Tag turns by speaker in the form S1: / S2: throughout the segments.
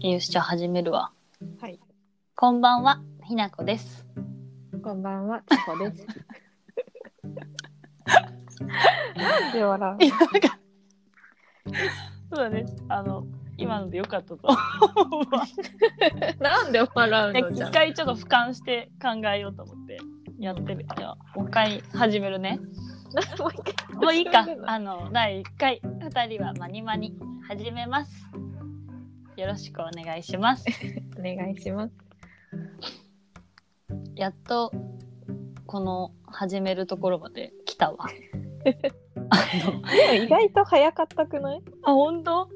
S1: よし、じゃあ始めるわ。
S2: はい。
S1: こんばんは、ひなこです。
S2: こんばんは、ちこです。なんで笑
S1: いやなんかそうだね、あの、今のでよかったと 思うわ。
S2: うなんで笑う
S1: で
S2: のじゃ
S1: 一
S2: ん。
S1: 回ちょっと俯瞰して考えようと思ってやってる。じゃあ、もう一回始める ね。
S2: もう一回
S1: もういいか。あの、第1回、2人はまにまに始めます。よろしくお願いします。
S2: お願いします。
S1: やっと、この始めるところまで来たわ。
S2: 意外と早かったくない、
S1: あ、本当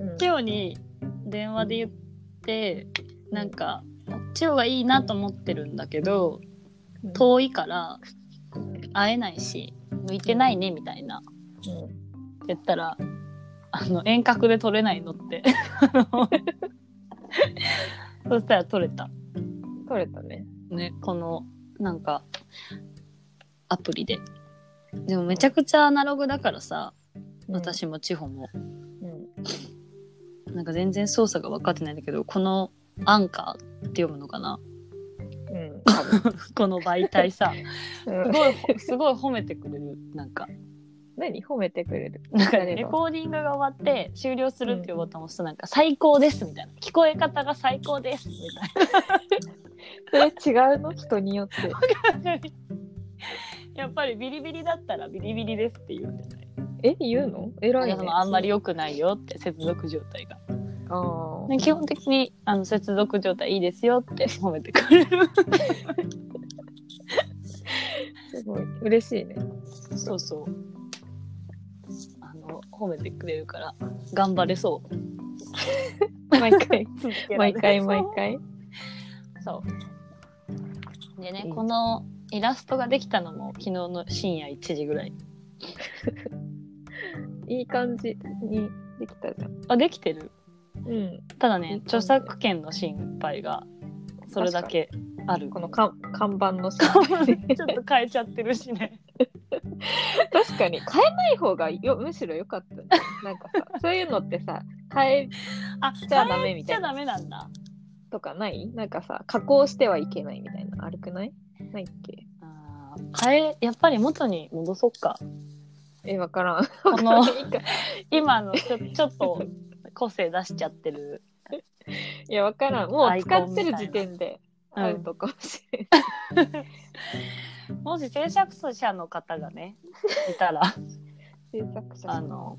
S2: うん
S1: チオに電話で言ってなんかチオがいいなと思ってるんだけど遠いから会えないし向いてないねみたいな
S2: うん
S1: 言ったらあの遠隔で取れないのって あのそしたら取れた
S2: 取れたね。
S1: ねこのなんかアプリででもめちゃくちゃアナログだからさ
S2: うん。
S1: 私も千穂も
S2: うん。
S1: なんか全然操作が分かってないんだけどこのアンカーって読むのかな
S2: うん。
S1: この媒体さ
S2: う
S1: す
S2: ん
S1: ごいほすごい褒めてくれるなんか
S2: 何褒めてくれる。
S1: なんか
S2: 誰
S1: レ
S2: が
S1: コーディングが終わって終了するっていうボタンを押すとなんか「最高です」みたいな「聞こえ方が最高です」み
S2: それ違うの人によって。
S1: たいな やっぱりビリビリだったらビリビリですって言うんじゃない
S2: え、言うの偉い
S1: そ
S2: ね。
S1: のあんまり良くないよって接続状態が
S2: ああ。
S1: で基本的にあの接続状態いいですよって褒めてくれる
S2: すごい。嬉しいね。
S1: そうそうあの褒めてくれるから頑張れそう
S2: 毎回、
S1: 続けられ
S2: 毎
S1: そう
S2: 回、毎回。
S1: そう。でね
S2: う、ん
S1: このイラストができたのも昨日の深夜1時ぐらい。
S2: いい感じにできたじゃん。
S1: あ、できてる。
S2: うん。
S1: ただ
S2: いい
S1: ね、
S2: 感じ
S1: 著作権の心配がそれだけある。
S2: この看看板の
S1: ち
S2: 下
S1: ょっと変え ちゃってるし ね。
S2: 確かに変えない方がよむしろ良かったね、なんかさそういうのってさ変え
S1: あ、
S2: ちゃダメみ
S1: じ
S2: た
S1: ゃ
S2: いな
S1: ダメなんだ。
S2: とかないなんかさ加工してはいけないみたいなあるくないないっけ
S1: あー変え、やっぱり元に戻そっか。
S2: えわからん
S1: この
S2: いいか
S1: 今のちょちょっと個性出しちゃってる。
S2: いやわからんも
S1: ア
S2: う
S1: イコ
S2: 使
S1: ン
S2: ってる時点で
S1: うん
S2: アウトかもしれない、
S1: もし制作者の方がね、い たら、
S2: 制作者
S1: あ
S2: の
S1: の、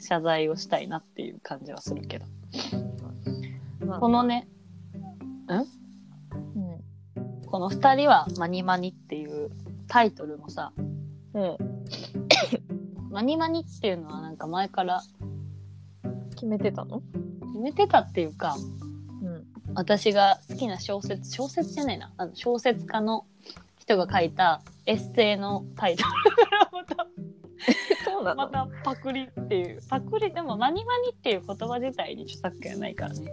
S1: 謝罪をしたいなっていう感じはするけど。
S2: まあ
S1: このね、
S2: う
S1: この二人はマニマニっていうタイトルもさ、
S2: ん、うん、
S1: マニマニっていうのはなんか前から
S2: 決めてたの
S1: 決めてたっていうか、
S2: うん
S1: 私が好きな小説、小説じゃないな、あの小説家の人が書いたエッセイのタイトルから
S2: そうな
S1: ま
S2: の、
S1: た、またパクリっていう、パクリ、でもマニマニっていう言葉自体に著作権はないからね。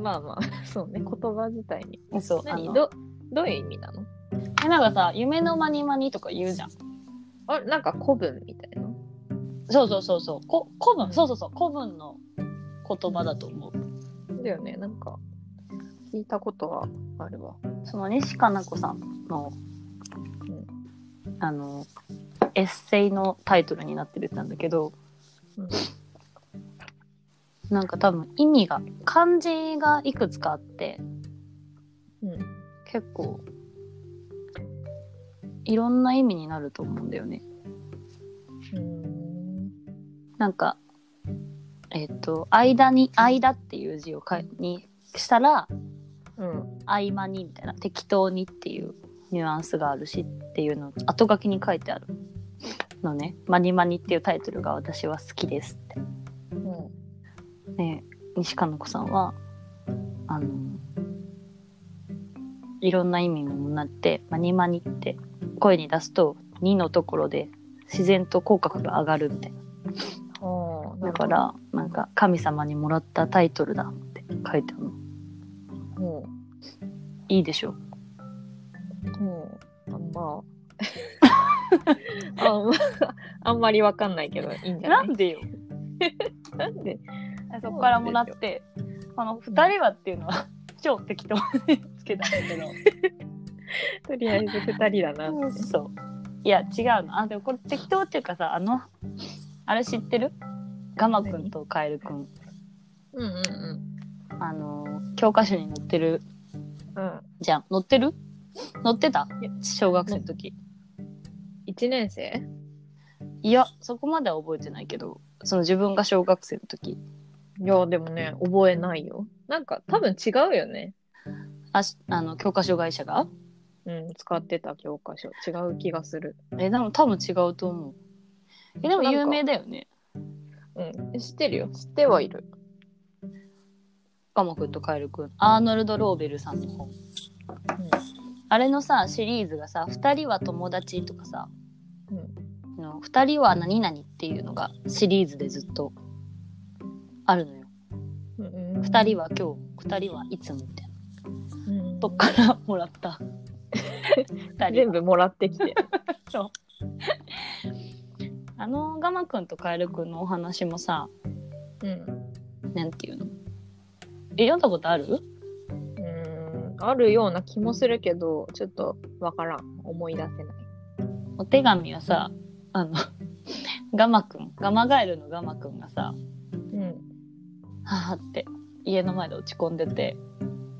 S2: まあまあそうね言葉自体に
S1: そう、あ
S2: 何
S1: の、
S2: どどういう意味なの
S1: えなんかさ、夢のマニマニとか言うじゃん。
S2: あなんか古文みたいな
S1: そうそうそうそう、こ古文、そうそうそう、古文の言葉だと思う。
S2: だよね、なんか聞いたことはあるわ。
S1: その西加奈子さんの、
S2: うん
S1: あのエッセイのタイトルになってるやつなんだけど、
S2: うん
S1: なんか多分意味が漢字がいくつかあって
S2: うん。
S1: 結構いろんな意味になると思うんだよね。なんかえっ、と間に「間」っていう字をかいにしたら
S2: うん。
S1: 合間にみたいな適当にっていうニュアンスがあるしっていうのを後書きに書いてあるのね「マニマニ」っていうタイトルが私は好きですって
S2: うん。
S1: ね西加奈子さんはあのいろんな意味にもなって「マニマニ」って声に出すと「に」のところで自然と口角が上がるみたいな
S2: ああ、
S1: だか。らなんか神様にもらったタイトルだって書いてあるの
S2: うん。
S1: いいでしょ
S2: うん。 まあ。あんま、 あんまりわかんないけど、いいんじゃ
S1: な
S2: ない
S1: んでよ
S2: なんで
S1: そこからもらってこの2人はっていうのは 超適当につけたんだけど
S2: とりあえず2人だなって。
S1: そういや違うのあでもこれ適当っていうかさあのあれ知ってるガマくんとカエルくん
S2: うんうんうん。
S1: あの教科書に載ってる
S2: うん、
S1: じゃん載ってる載ってた小学生の時
S2: 1年生
S1: いやそこまでは覚えてないけどその自分が小学生の時
S2: いや、でもね、覚えないよ。なんか多分違うよね。
S1: あしあの教科書会社が
S2: うん、使ってた教科書。違う気がする。
S1: えでも多分違うと思うえでも有名だよね
S2: うん、知ってるよ。知ってはいる。
S1: ガマくんとカエルくんアーノルド・ローベルさんの本、あれのさシリーズがさ「二人は友達」とかさ
S2: うん
S1: あの二人は何々」っていうのがシリーズでずっとあるのよ
S2: うん、
S1: 二人は今日二人はいつもみたいな
S2: うん
S1: とこからもらった二人
S2: 全部もらってきて。
S1: そうあのガマくんとカエルくんのお話もさ
S2: うん、
S1: なんていうのえ読んだことある
S2: うん、あるような気もするけど、ちょっとわからん。思い出せない。
S1: お手紙はさあのガマくんガマガエルのガマくんがさ
S2: うん
S1: はーって家の前で落ち込んでて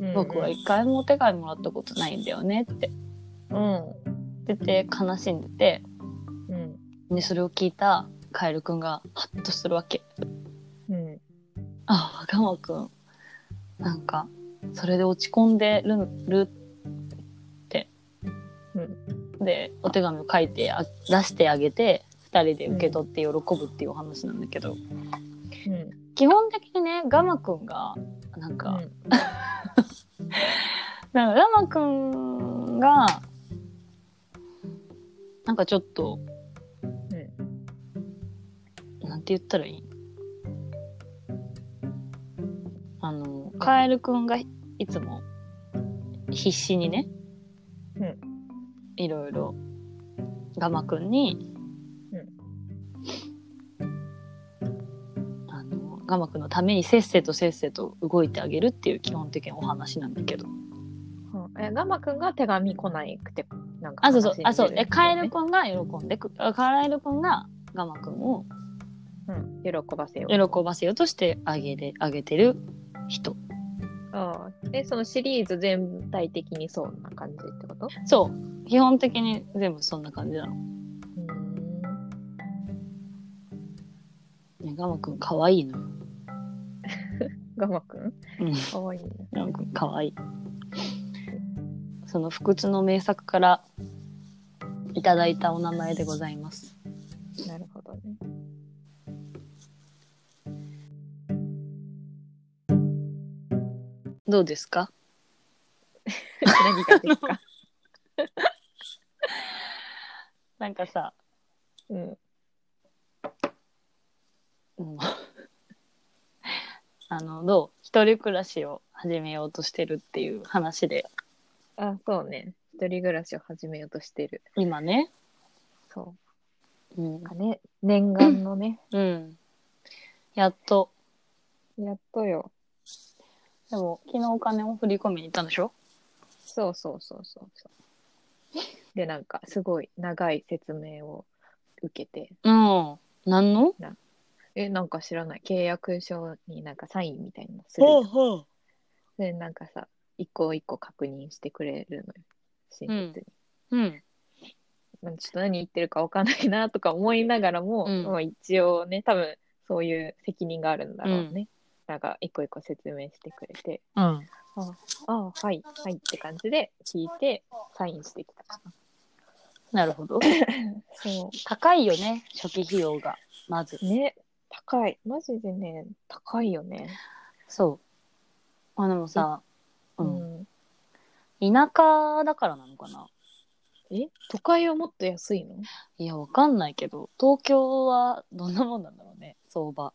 S2: うんうん、
S1: 僕は一回もお手紙もらったことないんだよねって
S2: うん。
S1: 言って悲しんでて
S2: うん。
S1: でそれを聞いたカエルくんがハッとするわけ
S2: うん。
S1: ああガマくんなんかそれで落ち込んでるるって、でお手紙を書いてあ出してあげて2人で受け取って喜ぶっていうお話なんだけど、
S2: うん。
S1: 基本的にねガマくんがなんか、なんかラマくんが、なんかちょっと、なんて言ったらいいあの、カエルくんがいつも必死にね、
S2: うん
S1: いろいろ、ガマくんに、あのガマくんのためにせっせとせっせと動いてあげるっていう基本的なお話なんだけど
S2: うんえ、ガマくんが手紙来ないくて、なんか
S1: あ、
S2: 悲
S1: そ
S2: し
S1: うん
S2: で
S1: そ
S2: る
S1: う
S2: っ
S1: あ、そう。え、
S2: てことね、。
S1: カエルくんが喜んでく、あカエルくんがガマくんを
S2: うん、喜ばせよう。
S1: 喜ばせようとしてあげれ、あげてる人。
S2: ああえ、そのシリーズ全体的にそうな感じってこと
S1: そう。基本的に全部そんな感じなの。
S2: うん。
S1: ね、ガマくんかわいいのよ。
S2: ガマくん
S1: うん。
S2: かわいいね。
S1: ガマくんかわいい。その不屈の名作からいただいたお名前でございます。
S2: なるほどね。
S1: どうですか
S2: 何がですか
S1: なんかさ、
S2: うん。
S1: うん、 あの、どう一人暮らしを始めようとしてるっていう話で、
S2: あ、そうね。一人暮らしを始めようとしてる。
S1: 今ね、
S2: そ
S1: うん
S2: う。かね。念願のね。
S1: うん。やっと。
S2: やっとよ。
S1: でも、昨日お金を振り込みに行ったんでしょ
S2: そうそうそうそうそう。で、なんか、すごい長い説明を受けて、
S1: うん。何の
S2: え、なんか知らない。契約書になんかサインみたいなのする。
S1: ほうほう。
S2: で、なんかさ、一個一個確認してくれるのよ。親切に。
S1: うん。
S2: まあちょっと何言ってるかわかんないなとか思いながらも、
S1: うん
S2: まあ一応ね、多分そういう責任があるんだろうね。なんか一個一個説明してくれて、
S1: うん。
S2: ああ、はい、はいって感じで聞いて、サインしてきた。
S1: なるほど。
S2: そ
S1: 高いよね、初期費用が。まず
S2: う。。ね、高い。マジでね、高いよね。
S1: そう。あ、でもさ、う。
S2: うんん。
S1: 田舎だからなのかな
S2: え、都会はもっと安いの
S1: いや、わかんないけど、東京はどんなもんなんだろうね、相場。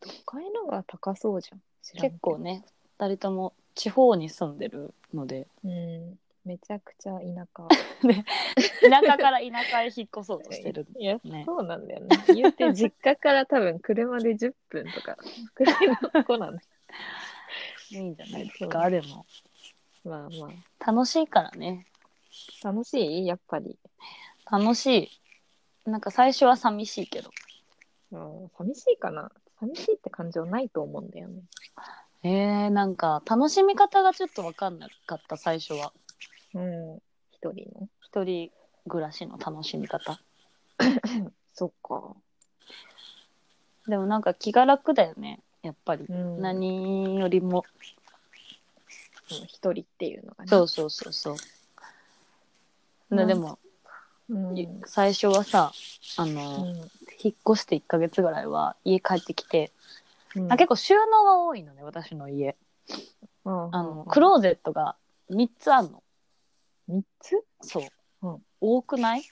S2: 都会のが高そうじゃん。知らんけ
S1: 結
S2: ど
S1: 構ね、二人とも地方に住んでるので、
S2: うん、めちゃくちゃ田舎。
S1: 田舎から田舎へ引っ越そうとして る。
S2: いや、
S1: ね
S2: そうなんだよね。言うて、実家から多分車で10分とか、くらいのとこなんだ。
S1: いいんじゃないです
S2: そう
S1: かでも
S2: まあま
S1: 楽しいからね
S2: あ。楽しいやっぱり。
S1: 楽しいなんか最初は寂しいけど
S2: うん、寂しいかな。寂しいって感情ないと思うんだよね。
S1: えー、なんか楽しみ方がちょっと分かんなかった最初は
S2: うん。一人の。
S1: 一人暮らしの楽しみ方
S2: そっか。
S1: でもなんか気が楽だよねやっぱり、
S2: うん
S1: 何よりも
S2: その一人っていうのがね。
S1: そうそうそうそう。ね、
S2: なん
S1: でも、
S2: うん。うん。
S1: 最初はさ、あの、引っ越して1ヶ月ぐらいは家帰ってきて、
S2: うん
S1: あ結構収納が多いのね、私の家。
S2: うん
S1: あの、クローゼットが3つあるの。
S2: 三つ
S1: そう。
S2: うん
S1: 多くない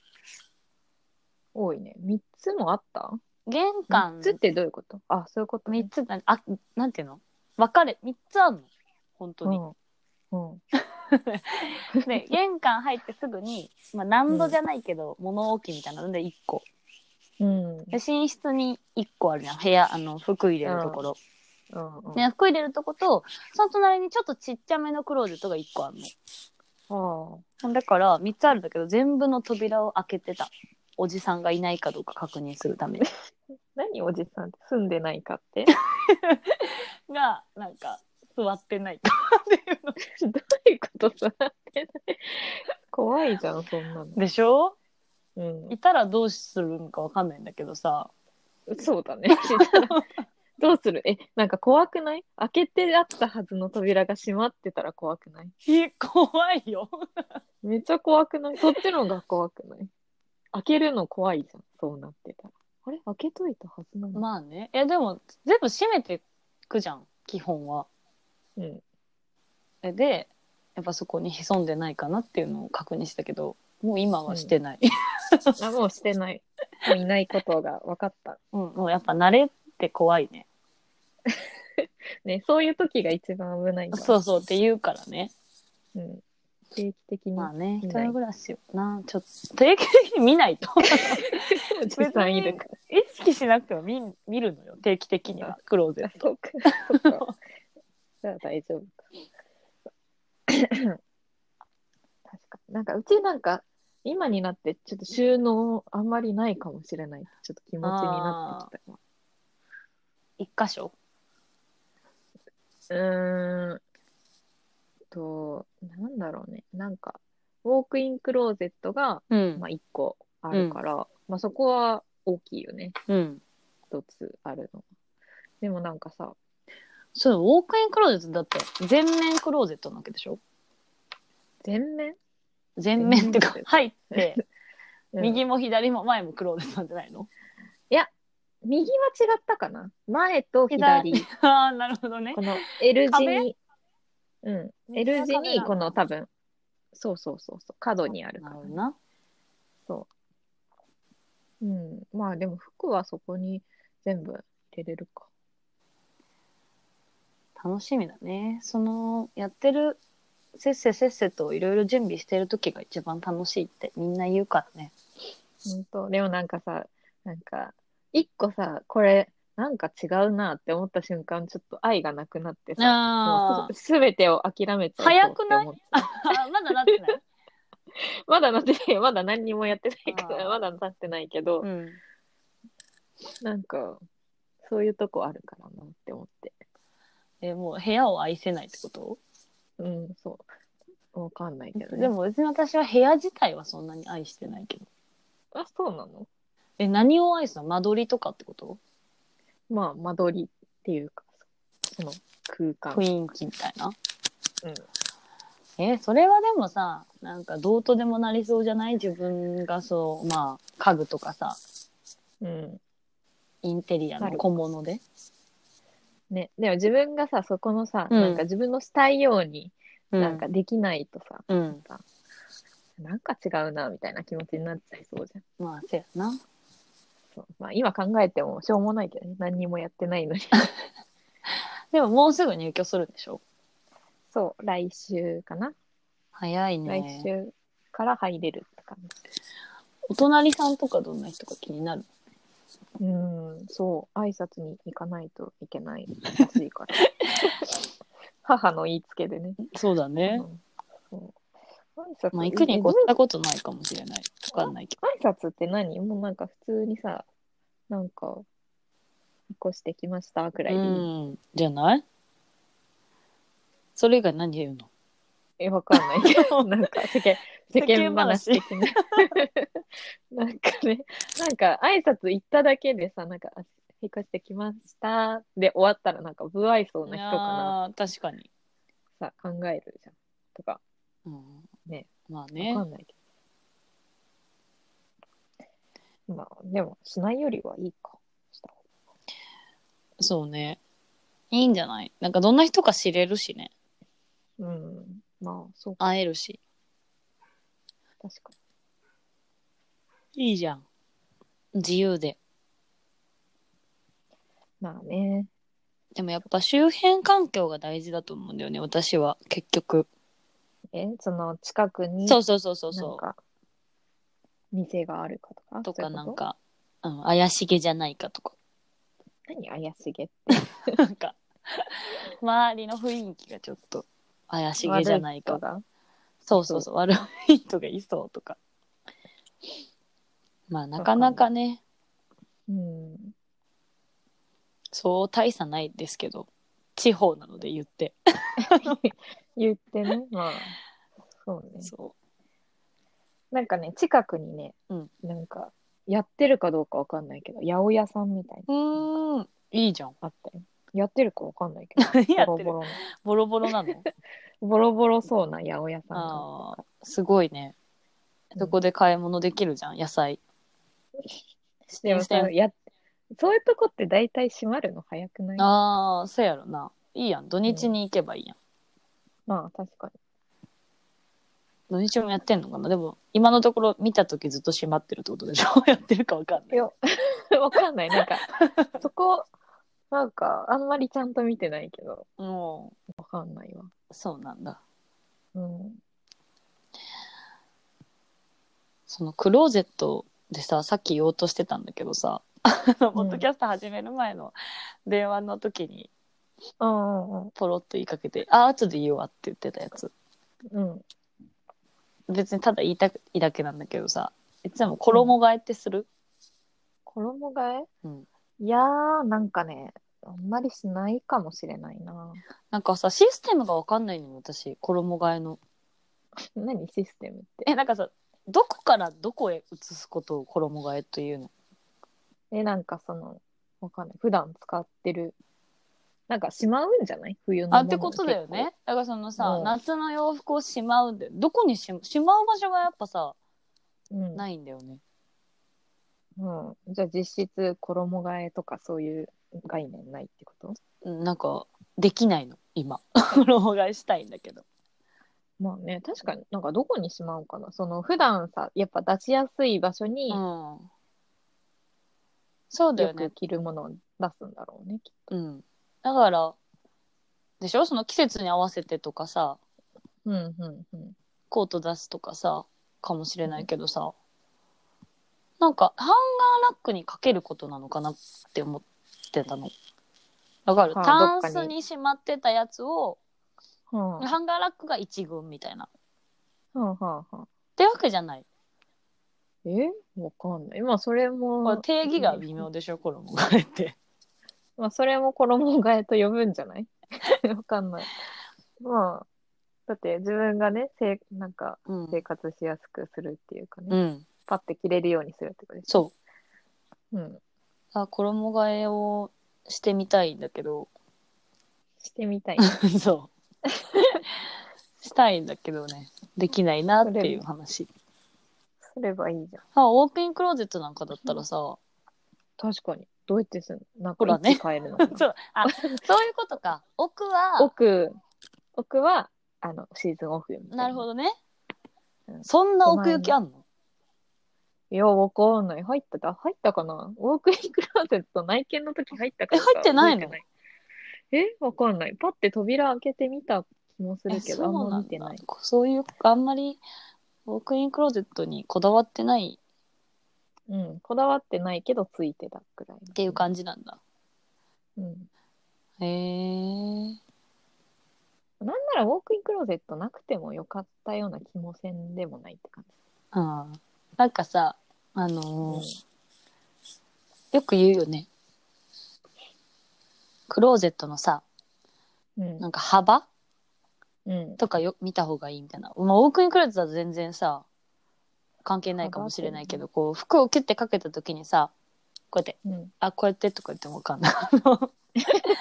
S2: 多いね。三つもあった
S1: 玄関
S2: 三つってどういうことあ、そういうことね、
S1: 3つだねあ、なんていうの分かれ、3つあるの。本当に。
S2: うん。うん。
S1: で、玄関入ってすぐに、まあ、何度じゃないけど、物置みたいなので1個。
S2: うん。うん
S1: で、寝室に1個あるじゃん。部屋、あの、服入れるところ。
S2: うん。
S1: ね、服入れるとこと、その隣にちょっとちっちゃめのクローゼットが1個ある
S2: ああ。
S1: の。だから、3つあるんだけど、全部の扉を開けてた。おじさんがいないかどうか確認するために。
S2: 何おじさんって住んでないかって。
S1: が、なんか、座ってないかっていうの。
S2: どう いうことさ。 怖いじゃん、そんなの。
S1: でしょ
S2: う
S1: いたらどうするのかわかんないんだけどさ。
S2: ん。そうだ ね。どうするえ、なんか怖くない開けてあったはずの扉が閉まってたら怖くない
S1: え、怖いよ。
S2: めっちゃ怖くないそっちの方が怖くない開けるの怖いじゃん、そうなってたら。あれ開けといたはずなの、
S1: まあね。いや、でも、全部閉めてくじゃん、基本は。
S2: うん。
S1: えで、やっぱそこに潜んでないかなっていうのを確認したけど、もう今はしてない。
S2: あ、もうしてない。もういないことが分かった。
S1: うん、もうやっぱ慣れって怖いね。
S2: ね、そういう時が一番危ないんだ。
S1: そうそうって言うからね。
S2: う。うん。定期的に。
S1: まあね、一
S2: 見ない
S1: 人暮らしよな、ちょっと定期的に見ないと。
S2: おじさんいるから。
S1: 意識しなくても見見るのよ、定期的には、クローゼット。
S2: そう か。そうか。じゃあ大丈夫か。確かに。なんかうちなんか、今になってちょっと収納あんまりないかもしれない。ちょっと気持ちになってきた。
S1: 一箇所
S2: うーんと、なんだろうね。なんか、ウォークインクローゼットが、
S1: うん
S2: まあ、1個あるから、まあ、そこは大きいよね。
S1: うん。
S2: 1つあるの。でもなんかさ、
S1: そう、ウォークインクローゼットだって、全面クローゼットなわけでしょ
S2: 全面、
S1: 全面っていうか
S2: 全面、
S1: 入って、
S2: うん
S1: 右も左も前もクローゼットなんじゃないの
S2: 右は違ったかな前と左。
S1: ああ、なるほどね
S2: こ。の L 字
S1: 壁
S2: に、うん、L 字にこの多分、そうそうそうそう、角にあるか
S1: なる
S2: ら
S1: ほど。な。
S2: うん、まあでも服はそこに全部入れれるか。
S1: 楽しみだね。その、やってる、せっせせっせといろいろ準備してる時が一番楽しいってみんな言うからね。
S2: 本当。でもなんかさ、なんか一個さ、これなんか違うなって思った瞬間、ちょっと愛がなくなってさ、も
S1: あ
S2: うすべてを諦めちゃう
S1: 早くない
S2: い
S1: あ、まだなってない。
S2: まだなって ない、まだ何にもやってないか
S1: あ
S2: ら、
S1: ー
S2: まだなってないけど、
S1: ん。
S2: なんか、そういうとこあるからなって思って。
S1: え、もう部屋を愛せないってこと
S2: うん、そう。わかんないけどね、
S1: でも別に私は部屋自体はそんなに愛してないけど。
S2: あ、そうなの
S1: え、何を愛すの間取りとかってこと
S2: まあ、間取りっていうか、その空間。
S1: 雰囲気みたいな。
S2: うん。
S1: え、それはでもさ、なんかどうとでもなりそうじゃない自分がそう、まあ、家具とかさ、
S2: うん。
S1: インテリアの小物で。
S2: ね、でも自分がさ、そこのさ、
S1: うん
S2: なんか自分のしたいように、
S1: う
S2: なんか、できないとさ、
S1: うん。
S2: なんか違うな、みたいな気持ちになっちゃいそうじゃん。
S1: まあ、せやな。
S2: そうまあ、今考えてもしょうもないけどね、何にもやって ないのに。
S1: でももうすぐ入居するんでしょ
S2: そう、来週かな、
S1: 早い
S2: 来
S1: ね。
S2: 週から入れるって感
S1: お隣さんとかどんな人か気になる。
S2: じ。 うん、そう、挨拶に行かないといけないらしいから。母の言いつけでね。
S1: そうだね。
S2: うんそう挨拶
S1: まあ、行くに
S2: え
S1: 越
S2: どうい
S1: し
S2: う
S1: たことないかもしれない。わかんないけ
S2: 挨拶って何もうなんか普通にさ、なんか、引っ越してきましたくらい
S1: ど。
S2: で
S1: う
S2: いい。
S1: ん。じゃないそれ以外何言うの
S2: え、わかんないけ ど、なんか 世間、
S1: 世
S2: 世間
S1: 間
S2: 話
S1: 話
S2: 的な。なん かね、なんか挨拶行っただけでさ、なんか、あ引っ越してきましたで終わったら、なんか、不愛想な人かな
S1: あー確かに。
S2: さ、考えるじゃん。とか、
S1: うん
S2: ね
S1: まあね
S2: わか。んないけど。まあ、でも、しないよりはいいか。した方
S1: そうね。いいんじゃないなんかどんな人か知れるしね。
S2: がうん。まあ、そう、
S1: 会えるし。
S2: 確か
S1: いいじゃん。自由で。
S2: に。まあね。
S1: でもやっぱ周辺環境が大事だと思うんだよね、私は。結局。
S2: え、その、近くに、
S1: そうそうそうそう
S2: なん
S1: そ
S2: か、店があるかとか。
S1: う。と
S2: そ
S1: か
S2: ういうこ
S1: なんか、うん、怪しげじゃないかとか。
S2: 何怪しげ
S1: なん か、周りの雰囲気がちょっと怪しげじゃないか。
S2: 悪人が
S1: そうそうそう、悪い人がいそうとか。まあなかなかね、
S2: うん
S1: そう大差ないですけど、地方なので言って。
S2: 言って ねまあそうね
S1: そ
S2: なんかね近くにね、
S1: うん
S2: なんかやってるかどうかわかんないけど八百屋さんみたいな
S1: う。うーん、いいじゃん。
S2: あったよやってるかわかんないけど
S1: や
S2: ボ
S1: っ
S2: ロ
S1: てるボ
S2: ボロの
S1: ロボ ロなの
S2: ボロボロそうな八百屋さんが
S1: ああ、すごいね。そこで買い物できるじゃん、野菜。
S2: でもさ
S1: 新鮮
S2: やそういうとこって大体閉まるの早くない
S1: ああ、そうやろな。いいやん。土日に行けばいいやん。
S2: まあ確か
S1: 土日もやってんのかなでも、今のところ見たときずっと閉まってるってことでしょ やってるかわかん
S2: に
S1: ない
S2: い。やわかんないなんかそこなんかあんまりちゃんと見てないけど
S1: も
S2: わかんないわ
S1: う、そうなんだ。
S2: うん
S1: そのクローゼットでさ、さっき言おうとしてたんだけどさ、あのポッドキャスト始める前の電話の時に
S2: うんうん
S1: ポロッと言いかけて、ああ、後で言うわって言ってたやつ。
S2: うんうん
S1: 別にただ言いたいだけなんだけどさ、いつも衣替えってする、
S2: 衣替え
S1: うん
S2: いやーなんかねあんまりしないかもしれないな
S1: なんかさ、システムがわかんないのよ、私。衣替えの。
S2: 何システムって
S1: えなんかさどこからどこへ移すことを衣替えというの
S2: えなんかそのわかんない普段使ってるなんかしまうんじゃない冬のも
S1: あ
S2: の
S1: ってことだよねだからそのさ、
S2: うん
S1: 夏の洋服をしまうんでどこにししまう場所がやっぱさ
S2: 結構
S1: ないんだよね
S2: うん、うん、じゃあ実質衣替えとかそういう概念ないってこと
S1: うんなんかできないの今 衣替えしたいんだけど
S2: まあね確かになんかどこにしまうかなその普段さやっぱ出しやすい場所に
S1: うんそうだよ
S2: よ
S1: ね
S2: く着るものを出すんだろうねきっ
S1: うんだからでしょその季節に合わせてとかさ
S2: とうんうんうん
S1: コート出すとかさかもしれないけどさ、なんかハンガーラックにかけることなのかなって思ってたのわかる
S2: はあ
S1: タ
S2: どっか
S1: ン
S2: に
S1: スにしまってたやつを
S2: はあ、
S1: ハンガーラックが一軍みたいなっ
S2: はあはあはあ、
S1: てわけじゃない、
S2: えわかんない。まあ、それ
S1: これ
S2: も。
S1: 定義が微妙でしょ衣替えって
S2: まあ、それも衣替えと呼ぶんじゃない わかんない。まあ、だって自分がね、せいなんか
S1: うん、
S2: 生活しやすくするっていうか
S1: う
S2: ね、
S1: ん、
S2: パッて着れるようにするってことでしょ。
S1: そう
S2: うん。
S1: あ衣替えをしてみたいんだけど
S2: してみた い。
S1: そうしたいんだけどねできないなっていう話
S2: すればいいじゃん。
S1: あオープンクローゼットなんかだったらさ、確
S2: 確かに。どうやってすんのなん
S1: ほ
S2: から
S1: ね
S2: 位置変えるのか な
S1: そう、あ、そういうことか。奥は、
S2: 奥、奥は、あの、シーズンオフみたいな。
S1: なるほ
S2: ど。
S1: どね
S2: う。ん
S1: そんな奥行きあんの
S2: いや、わかんない。入ったか入ったかなウォークインクローゼット内見の時入ったかどうか
S1: え入ってないの
S2: 覚えてないえわかんない。パッて扉開けてみた気もするけど、あんま見てない。
S1: そういう、あんまり、ウォークインクローゼットにこだわってない
S2: うん。こだわってないけど、ついてたくらい。っ
S1: っていう。感じなんだ。
S2: うん。
S1: へえ。
S2: なんならウォークインクローゼットなくてもよかったような気もせんでもないって感じ。
S1: ああなんかさあのーよく言うよねクローゼットのさ
S2: うん
S1: なんか幅
S2: うん。
S1: とかよ見た方がいいみたいな、まあ、ウォークインクローゼットは全然さ関係ないかもしれないけどこう服をキュッてかけた時にさこうやって
S2: うん。
S1: あ、こうやってとか言ってもわかんない。あの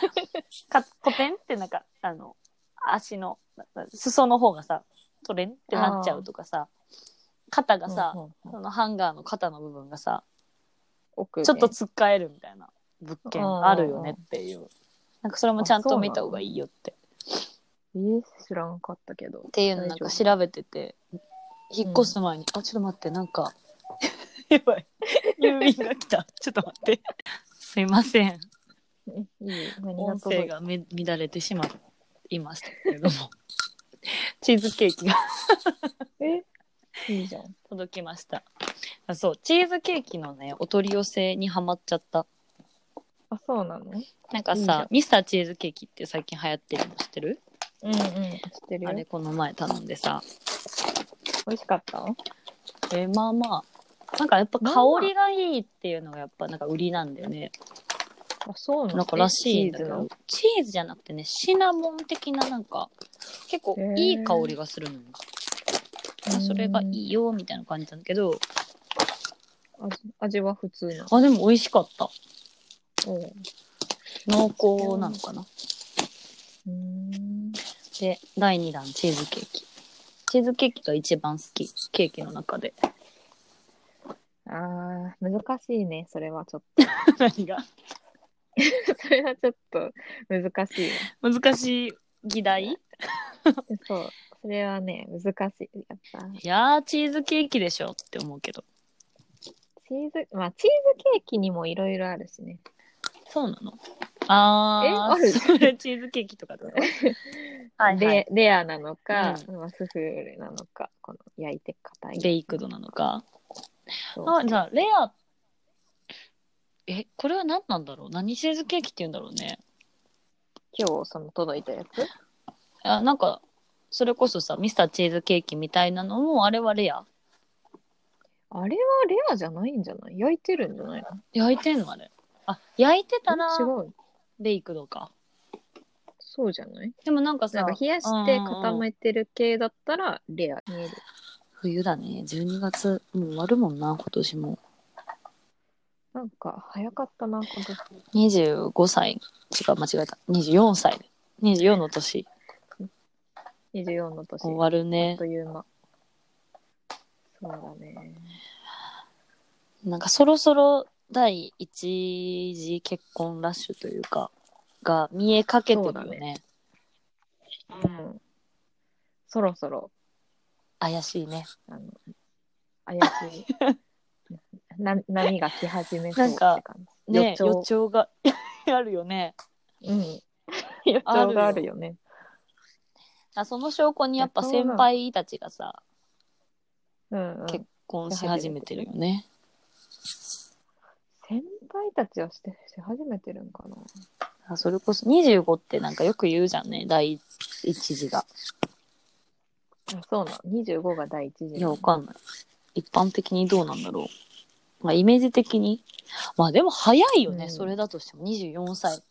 S1: か、古典ってなんか、あの、足の、な裾の方がさ、取れんってなっちゃうとかさ、肩がさ、
S2: うんうんうん
S1: そのハンガーの肩の部分がさ、
S2: 奥ね
S1: ちょっとつっかえるみたいな物件あるよ
S2: う
S1: ね
S2: ん
S1: っていう。なんかそれもちゃんと見た方がいいよって。
S2: えー知らんかったけど
S1: っ。ていうのなんか調べてて、引っ越す前に、あ、ちょっと待って、なんか、 やばい。郵便が来た。ちょっと待って。 すいません。
S2: えいいよ何が
S1: 音
S2: 届
S1: 声
S2: いた
S1: がめ乱れてしまいましたけれども チーズケーキが
S2: えいいじゃん。
S1: 届きましたあそうチーズケーキのねお取り寄せにハマっちゃった
S2: あ、そうなの
S1: なんか
S2: いいじゃ
S1: さ
S2: ん
S1: ミスターチーズケーキって最近流行ってるの知ってる
S2: うんうん。知ってるよ
S1: あれこの前頼んでさ
S2: 美味しかった
S1: えまあまあなんかやっぱ
S2: ま
S1: 香
S2: あまあ
S1: りがいいっていうのがやっぱなんか売りなんだよね
S2: あ、そうなの
S1: なんからしいんだけ
S2: チーズ
S1: ど
S2: の
S1: チーズじゃなくてねシナモン的ななんか結構いい香りがするのよまあそれがいいよみたいな感じなんだけど
S2: 味味は普通の。
S1: あでも美味しかった
S2: おう
S1: 濃厚なのかな
S2: うーん。
S1: で第2弾チーズケーキチーズケーキが一番好きケーキの中で
S2: あー、難しいね、それはちょっ
S1: 何が
S2: と。 それはちょっと難しいわ。
S1: 難しい議題
S2: そう。それはね、難しい。やっぱ、
S1: いやーチーズケーキでしょって思うけど
S2: チーズ、まあ、チーズケーキにもいろいろあるしね。
S1: そうなのあー
S2: えある
S1: それチーズケーキとか だろはい、はい、
S2: で、レアなのか、
S1: う
S2: まあ、スフレなのか、この焼いて硬い。
S1: ベイクドなのか
S2: そう
S1: あじゃあレアえこれは何なんだろう何チーズケーキって言うんだろうね
S2: 今日、その届いたやつ
S1: あなんかそれこそさミスターチーズケーキみたいなのもあれはレア
S2: あれはレアじゃないんじゃない焼いてるんじゃないの
S1: 焼いてんのあれあ焼いてたら
S2: え違う。
S1: ベイクドか
S2: そうじゃない
S1: でもなんか
S2: な
S1: さ
S2: んか冷やして固めてる系だったらレア見える。
S1: 冬だね12月もう終わるもんな今年も
S2: なんか早かったな、今年。
S1: 25歳違う間違えた24歳24の年
S2: 24の年。
S1: 終わる
S2: あっ
S1: ね
S2: という間。そうだね。
S1: なんかそろそろ第一次結婚ラッシュというかが見えかけてるよ
S2: そうだ
S1: ね
S2: うん。そろそろ、
S1: 怪しいね
S2: あの、怪しい。 な波が来始めそうって
S1: なん
S2: 感じ。
S1: ね
S2: 予
S1: 予
S2: 兆。
S1: 兆が あるよね
S2: うん。 予兆があるよね。
S1: あその証拠にやっぱ先輩たちがさ
S2: うん、うん。
S1: 結婚し始めてるよね
S2: 先輩たちはしてし始めてるんかな。
S1: あそれこそ25ってなんかよく言うじゃんね第一次が
S2: あそうなの。25が第一次
S1: いやわかんない一般的にどうなんだろうまあイメージ的にまあでも早いよね、
S2: うん
S1: それだとしても24歳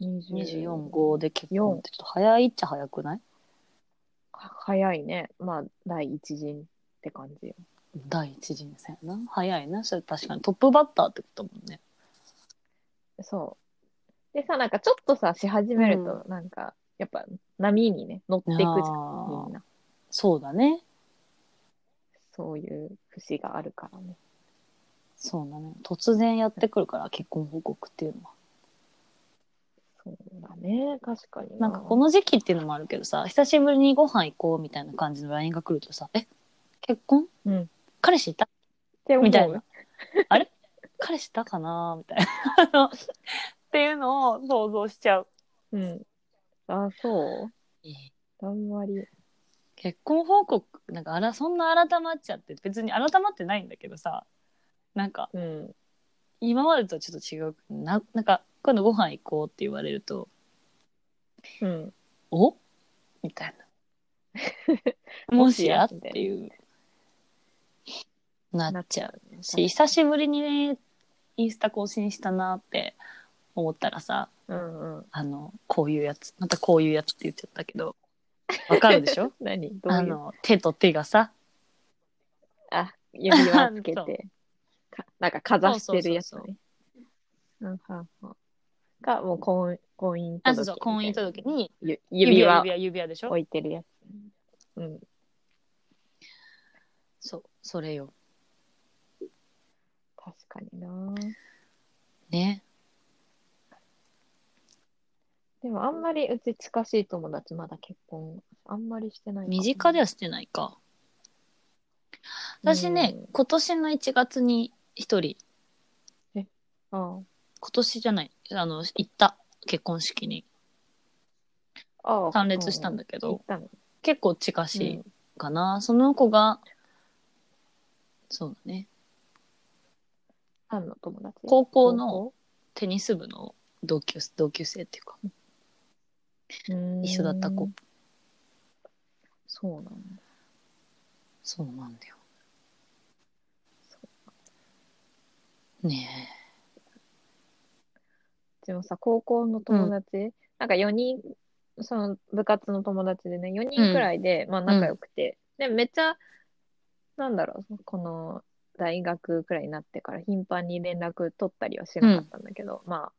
S2: 24
S1: 24号で結婚ってちょっと早いっちゃ早くない
S2: は早いね。まあ、第一陣って感じよ。
S1: 第一次戦な早いなそれ確かにトップバッターってことだもんね
S2: そう。でさ、なんかちょっとさ、し始めると、なんか、やっぱ波にね、乗っていくじゃ
S1: あ
S2: ん、
S1: ー
S2: みんな。
S1: そうだね
S2: そういう節があるからね。
S1: そうだね突然やってくるから結婚報告っていうのは
S2: そうだね、確かに。
S1: なんかこ、の時期っていうのもあるけどさ久しぶりにご飯行こうみたいな感じの LINE が来るとさ「え結婚
S2: うん。っ
S1: 彼氏いた
S2: て思う
S1: みたいな。彼氏いたかな?」みたいなあのっていうのを想像しちゃう。
S2: うん。あ、そうあんまり。
S1: 結婚報告なんかあらそんな改まっちゃって別に改まってないんだけどさなんか
S2: うん。
S1: 今までとはちょっと違うななんか今度ご飯行こうって言われると
S2: うん。
S1: おみたい な。もしやっていう。なっちゃうし、久しぶりにね、インスタ更新したなって思ったらさ、
S2: うんうん。
S1: あの、こういうやつ、またこういうやつって言っちゃったけど、わかるでしょ
S2: 何 どう
S1: あ
S2: いう
S1: の、手と手がさ、
S2: あ、指輪つけ
S1: そう
S2: て、かなんかかざしてるやつ
S1: そう
S2: ね。うんはんはんか、もう婚婚姻届
S1: あ、そうそう、婚姻届に、
S2: ゆ
S1: 指
S2: 指
S1: 輪、
S2: 輪
S1: 指輪、指輪でしょ
S2: 置いてるやつ。うん。
S1: そう、それよ。
S2: 確かにな
S1: ね。
S2: でもあんまりうち近しい友達まだ結婚あんまりしてないかも
S1: 身近ではしてないか。私ね、
S2: うん
S1: 今年の1月に一人、
S2: あ
S1: 今年じゃない、あの、行った、結婚式に
S2: あああ
S1: 参列したん
S2: だ
S1: だけ
S2: け
S1: ど、
S2: 行ったの
S1: 結構近しいかな。その子が、そうだね、
S2: 何の友達
S1: 高校のテニス部の同級同級生っていうか、
S2: 高校
S1: 一緒だった
S2: う
S1: 子
S2: ん。そうなんだ
S1: そうなんだよ。ね
S2: でもさ高校の友達、なんか4人その部活の友達でね4人くらいで、まあ仲良くて、でめっちゃなんだろうこの大学くらいになってから頻繁に連絡取ったりはしなかったんだけど、まあ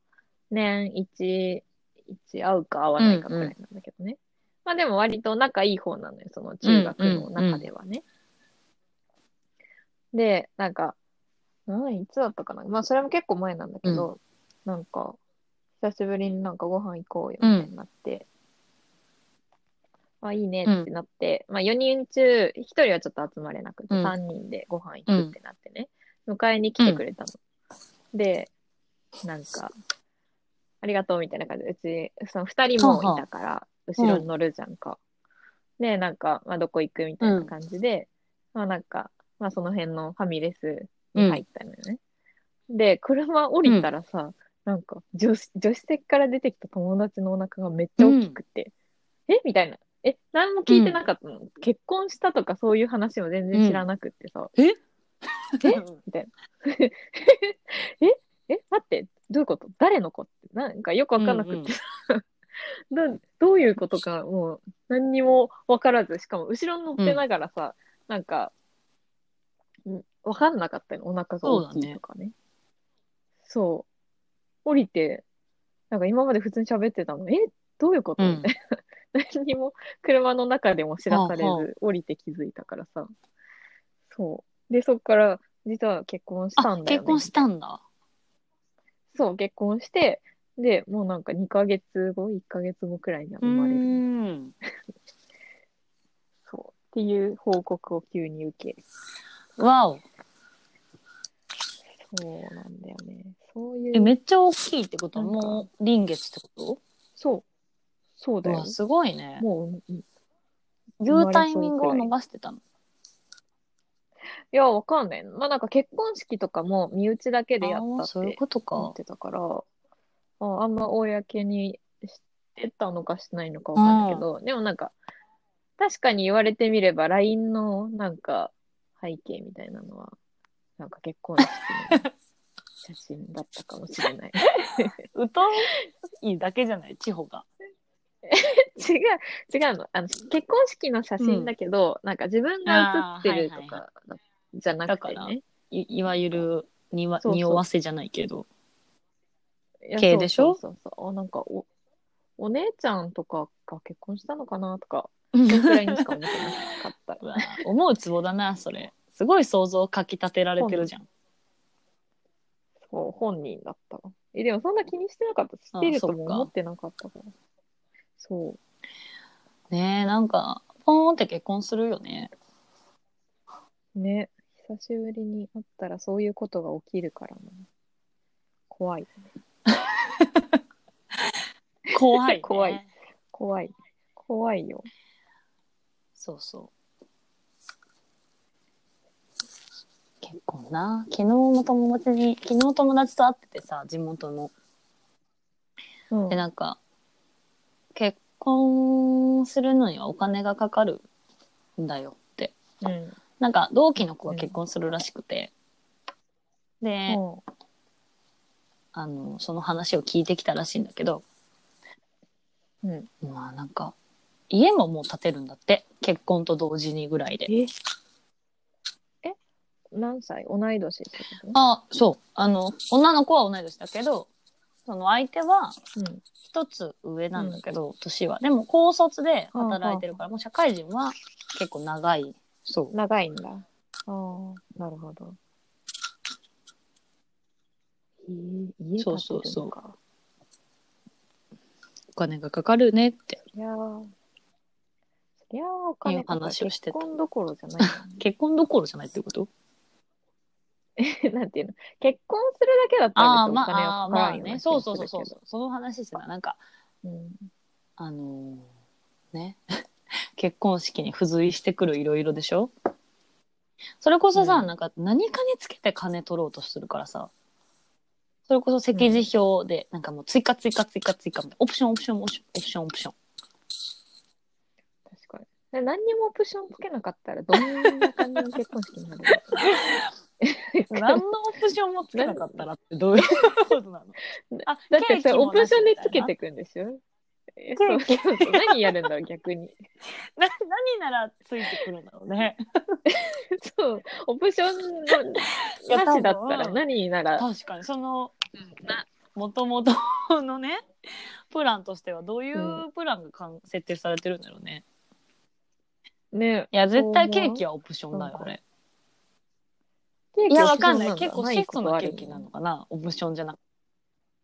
S2: 年一一会うか会わないかくらいなんだけどね、まあでも割と仲いい方なのよその中学の中ではね、でなんかうんいつだったかなまあそれも結構前なんだけど、なんか久しぶりになんかご飯行こうよみたいになって、あいいねってなって、まあ4人中1人はちょっと集まれなく
S1: う
S2: て、
S1: ん
S2: 3人でご飯行くってなってね、迎えに来てくれたの、でなんかありがとうみたいな感じでうちその2人もいたから後ろに乗るじゃんか、でなんか、まあ、どこ行くみたいな感じで、まあなんか、まあ、その辺のファミレス
S1: え。うん
S2: 入ったのよね。で、車降りたらさ、なんか女子、女子席から出てきた友達のお腹がめっちゃ大きくて、えみたいな。え、何も聞いてなかったの、結婚したとかそういう話も全然知らなくってさ、
S1: え
S2: えみたいな。 ええ待って、どういうこと誰の子って、なんかよくわかんなくってさ、などういうことか、もう何にもわからず、しかも後ろに乗ってながらさ、なんか、んわかんなかったの、お腹が大きいとかね。そう。降りて、なんか今まで普通に喋ってたの、えどういうこと
S1: う
S2: み
S1: ん
S2: たいな。 何にも車の中でも知らされ
S1: はあは
S2: ず、降りて気づいたからさ。そう。で、そっから、実は結婚した
S1: あ
S2: んだよ、ね。
S1: 結婚したんだ。
S2: そう、結婚して、で、もうなんか2ヶ月後、1ヶ月後くらいには
S1: う
S2: 生まれる。
S1: ん。
S2: そう。っていう報告を急に受け。
S1: わお。
S2: そうなんだよね。そうい
S1: え、
S2: う。
S1: めっちゃ大きいってこと
S2: なんか
S1: もう臨月ってこ
S2: そう。そう
S1: と
S2: だ
S1: う
S2: よ
S1: わ、。すごいね。
S2: もう、うんい
S1: 言うタイミングを逃してたの。
S2: や、わかんない。まあなんか結婚式とかも身内だけでや
S1: あ
S2: った
S1: ー
S2: っ
S1: そういう
S2: て
S1: こと
S2: 思
S1: か
S2: っ。てたから、ああんま公にしてたのかしてないのかわかんないけど、でもなんか、確かに言われてみれば LINE のなんか背景みたいなのは、なんか結婚式の写真だったかもしれない。
S1: うといだけじゃない、地方が。
S2: 違う、違うの。あの、結婚式の写真だけど、なんか自分が写ってると
S1: あー
S2: か、じゃなくて
S1: だから
S2: ね。
S1: いいわゆるにわ、
S2: そうそう
S1: 匂わせじゃないけ ど。
S2: いや
S1: 系でしょ
S2: そうそうそうそう。あ、なんか、お、お姉ちゃんとかが結婚したのかなとか、それくらいにしか思ってなか った
S1: う。わ思うツボだな、それ。すごい想像をかきたてられてるじゃん。
S2: そう、本人だったわ。え、でもそんな気にしてなかった。知ってるとも思ってなかったから。そう。
S1: ねえ、なんか、ポーンって結婚するよね。
S2: ね。久しぶりに会ったらそういうことが起きるからな。怖い。
S1: 怖い、ね。
S2: 怖い。怖い。怖いよ。
S1: そうそう。結婚な。昨日も友達に、昨日友達と会っててさ、地元の。
S2: うん
S1: で、。なんか、結婚するのにはお金がかかるんだよって。
S2: うん。
S1: なんか同期の子が結婚するらしくて、で、
S2: ほ
S1: あのその話を聞いてきたらしいんだけど、
S2: うん
S1: まあなんか家ももう建てるんだって結婚と同時にぐらいで
S2: えう何歳同い年ってこ
S1: あそうあの女の子は同い年だけどその相手は
S2: とうん。
S1: 一つ上なんだけど、年はでも高卒で働いてるから、もう社会人は結構長いそう
S2: 長いんだ。ああ、なるほど。家家建てるのか
S1: そうそうそうお金がかかるねって
S2: いやーそりゃあお金かかる
S1: いう話をしてた
S2: 結婚どころじゃないよ
S1: 結婚どころじゃないってこと
S2: ね。 なんていうの結婚するだけだった
S1: あ
S2: ら
S1: あ
S2: 別に
S1: ま
S2: お金
S1: ああ
S2: は
S1: ー
S2: かから
S1: まあ
S2: んような
S1: ね
S2: 気がする
S1: そうそうそ
S2: けど
S1: うそうそうその話してたなんか
S2: うん
S1: あのーね 結婚式に付随してくるいろいろでしょそれこそさ、
S2: うん
S1: なんか何かにつけて金取ろうとするからさそれこそ席次表で、なんかもう追加追加追加追加みたいなオプションオプションオプションオプションオプション
S2: 確かに。で何にもオプションつけなかったらどんな感じの結婚式になるの
S1: 何のオプションもつけなかったら ってどういうことなの あ
S2: だって
S1: ケー
S2: さ、
S1: キ
S2: オ
S1: もな
S2: プ
S1: し
S2: ション
S1: み
S2: で
S1: たいな
S2: つけていくんでしょ
S1: ケ
S2: えそ
S1: ー
S2: う
S1: キ
S2: そうそう何やるんだろう、逆に。
S1: な何ならついてくるんだろうね
S2: そう、オプションの
S1: いや
S2: なしだった
S1: 多
S2: ら
S1: 分
S2: 何なら、
S1: 確かにそのもともとのねプランとしてはどういうプランがかん設定されてるんだろうね
S2: ね、
S1: いや絶対ケーキはオプションだよ
S2: そう思う
S1: ね
S2: ケー
S1: い
S2: キ
S1: や
S2: オ
S1: わ
S2: プシ
S1: か
S2: ョン
S1: ん
S2: だ
S1: ない結構質
S2: こと
S1: の
S2: あ
S1: ケ
S2: る
S1: ーキなのかなオプションじゃなくて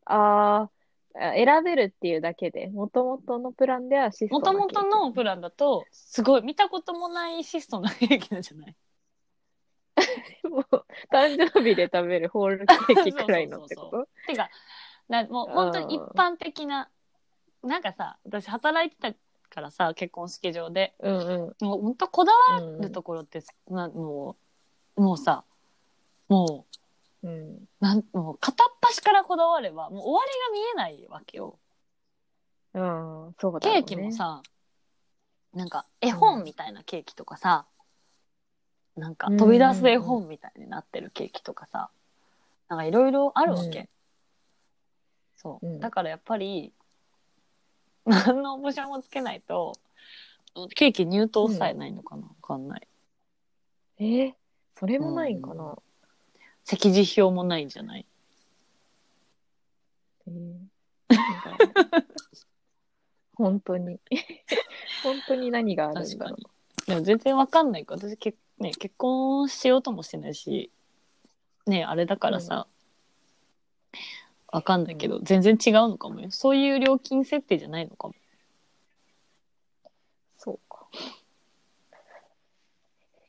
S2: あーあ、選べるっていうだけで、もともとのプランではシスト
S1: も
S2: なケ
S1: と
S2: ーキ
S1: もとのプランだとすごい見たこともない質素なケーキなんじゃ ない
S2: もう誕生日で食べるホールケーキくらいのってこ
S1: そ
S2: と
S1: てかなもう本当に一般的ななんかさ私働いてたからさ結婚式場で
S2: うん
S1: もう本当こだ
S2: うん。
S1: わるところって、なもうもうさもう
S2: うん。
S1: なんもう片っ端からこだわればもう終わりが見えないわけよ。
S2: うん、そうだろ
S1: ケ
S2: うね
S1: ーキも、さ、なんか絵本みたいなケーキとかさ、なんか飛び出す絵本みたいになってるケーキとかさ、なんかいろいろあるわけ。
S2: うん
S1: そう、
S2: うん
S1: だからやっぱり、何のオプションもつけないと、ケーキ入刀さえないのかな、わかんない。
S2: えーそれもないんかな、
S1: 席次表もないんじゃない
S2: えーなんか本当に。 本当に何があるん
S1: 確
S2: だ
S1: か
S2: ろう
S1: に。でも全然わかんないから、私け、ね、結婚しようともしてないし、ね、あれだからさ、わかんないけど、全然違うのかもよ。そういう料金設定じゃないのかも。
S2: そうか。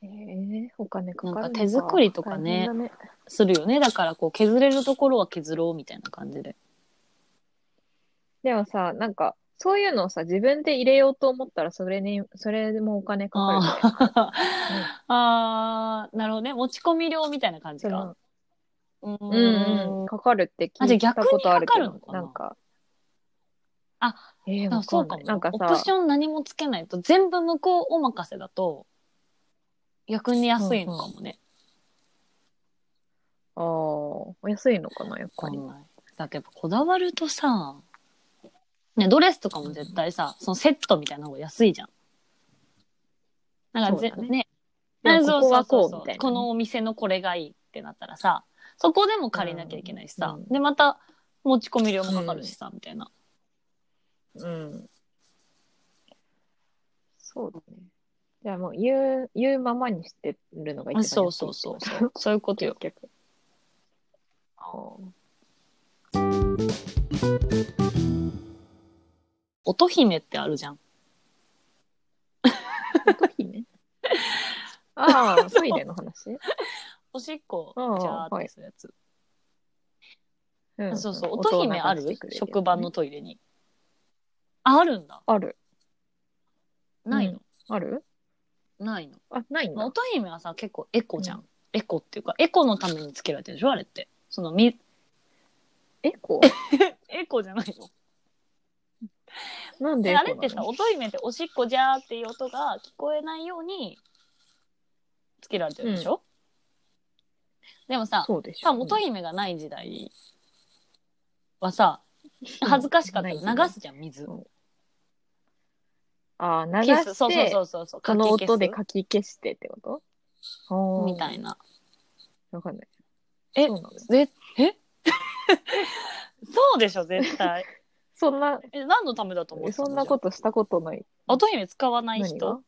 S2: へえ、お金かかるの
S1: なんか手作りとかね
S2: 大変だ
S1: するよね。だから、こう、削れるところは削ろうみたいな感じで。
S2: でもさ、なんか、そういうのをさ、自分で入れようと思ったら、それに、それもお金かかるみたいな。
S1: あーあー、なるほどね。持ち込み料みたいな感じ
S2: そ
S1: か
S2: の。
S1: う
S2: う
S1: ー
S2: んうん、かかるって聞いたことあるけ
S1: あじゃあ逆にかかるの
S2: ど、
S1: かな
S2: なんか。
S1: あ、
S2: えー、
S1: あ
S2: わ
S1: そ
S2: か
S1: うん
S2: な
S1: か
S2: い
S1: も。
S2: なん
S1: オ
S2: か
S1: プシ
S2: さ、
S1: ョン何もつけないと、全部向こうお任せだと、逆に安いのかもね。
S2: ああ、安いのかな、やっぱ
S1: わか
S2: り。
S1: んない。だけどこだわるとさ、ね、ドレスとかも絶対さ、そのセットみたいな方が安いじゃん。なんかぜ
S2: そうだ
S1: ね
S2: ね
S1: あ
S2: でもここはこ
S1: そ
S2: う
S1: そそ
S2: みたいなね
S1: このお店のこれがいいってなったらさ、そこでも借りなきゃいけないしさ、
S2: うん
S1: で、また持ち込み料もかかるしさ、みたいな。
S2: うん。そうだね。じゃあもう、言う、言うままにしてるのが一番安い
S1: そうそうそうそう。そういうことよ。
S2: 結局。あー
S1: 乙姫ってあるじゃん。
S2: 乙姫ああ、トイレの話
S1: おしっこ、
S2: ああ
S1: じゃーってするやつ。
S2: うん
S1: そうそう。乙姫あ
S2: 音を流して
S1: る
S2: くれやつね
S1: 職場のトイレに。あ、あるんだ。
S2: ある。
S1: ないの、
S2: ある
S1: ないの。
S2: あ、ないん
S1: まあ、
S2: だ。
S1: 乙姫はさ結構エコじゃん、
S2: う
S1: エコっていうかエコのためにつけられてるでしょあれってそのみ
S2: エコ
S1: エコじゃないの
S2: なん で
S1: えあれってさ
S2: そう
S1: 音姫っておしっこじゃーっていう音が聞こえないようにつけられてるでしょ、でも
S2: なの
S1: さ
S2: そうでし
S1: さ
S2: ょ。
S1: 元姫がない時代はさ恥ずかしかったら
S2: ない
S1: 流すじゃん水
S2: うんああ、流
S1: 消
S2: し
S1: す
S2: て、
S1: そうそうそうそうそう
S2: この
S1: かき消
S2: 音
S1: す
S2: でかき消してってこと
S1: みたい
S2: な。
S1: な
S2: わかんない。
S1: え
S2: そうなんです
S1: ぜえそうでしょ絶対
S2: そんな、
S1: え何のためだと思ってた
S2: そ
S1: の
S2: んなことしたことない。
S1: 乙姫使わない
S2: 何が
S1: 人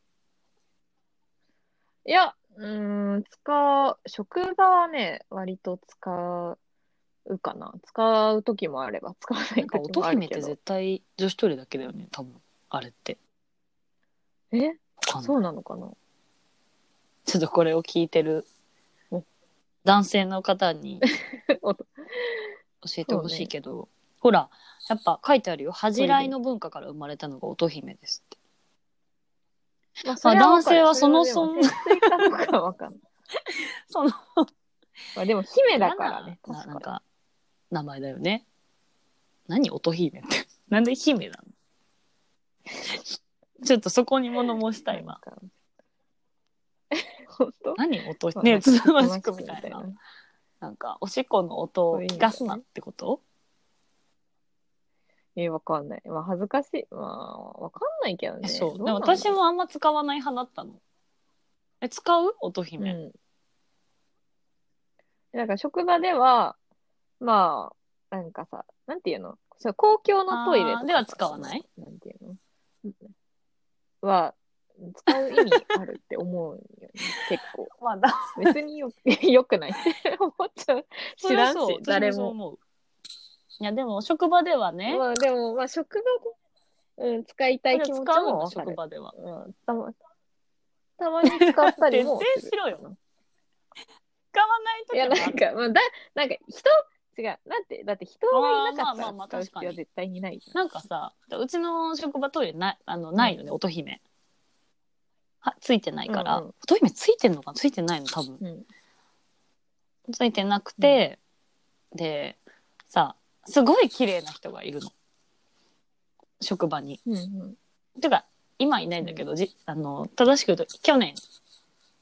S2: いや、うーん、使う、職場はね、割と使うかな。使う時もあれば、使わな
S1: ないんか
S2: 時も
S1: 乙
S2: ある
S1: 姫っ
S2: け
S1: て
S2: ど
S1: 絶。対女子トイレだけだよね多分あれって
S2: え
S1: わかんない
S2: そうなのかな
S1: ちょっとこれを聞いてる
S2: お
S1: 男性の方に
S2: お
S1: 教えてほしいけど、ほらやっぱ書いてあるよ恥じらいの文化から生まれたのが乙姫ですって
S2: まあそれはわか
S1: 男
S2: る
S1: 性はその
S2: れはでも潜水かどうかはわかんない。
S1: その
S2: まあでも姫だからね。
S1: な
S2: 確
S1: なん
S2: か
S1: か名前だよね何乙姫って なんで姫な のちょっとそこに物申したい
S2: に。
S1: わ
S2: なんか。本当
S1: 何音 ねつつましくみたいな。なんかおしっこの音を聞かすなってこと
S2: え、わかんない。まあ、恥ずかしい。まあ、わかんないけどね。
S1: そう
S2: ど
S1: でも
S2: なんだろう
S1: 私、もあんま使わない派だったのえ使う乙
S2: う
S1: 姫、
S2: ん。なんか、職場では、まあ、なんかさ、なんていうのそう公共のトイレとか
S1: あーでは使わない
S2: なんていうのは、使う意味あるって思うよ ね、結構。
S1: まあ だ
S2: 別によ よくないって思っちゃう。知らんし、誰
S1: そう
S2: も。
S1: 思ういやでも職場ではね
S2: まあでも、まあ職場で、うん、使いたい
S1: これ
S2: 気
S1: 使
S2: 持
S1: う
S2: ちも
S1: の
S2: わか
S1: 職
S2: る。
S1: 場では
S2: うん、たまたまに使ったり も
S1: 徹
S2: す
S1: 底し
S2: る
S1: ろよ使わない
S2: い
S1: 時
S2: や、
S1: もあ
S2: な
S1: る
S2: んか、まあ、だなんか人、違う。だって、だって人がいなか
S1: あーまあ
S2: った
S1: まあまあ
S2: ら使う必要は絶対にないじゃん。
S1: なんかさうちの職場トイレないあのないよね、乙姫はついてないから、
S2: うんうん
S1: 乙姫ついてんのかなついてないの多分
S2: うん。
S1: ついてなくて、でさすごい綺麗な人がいるの職場に。
S2: うんうん。
S1: てか今いないんだけど、じあの正しく言うと去年、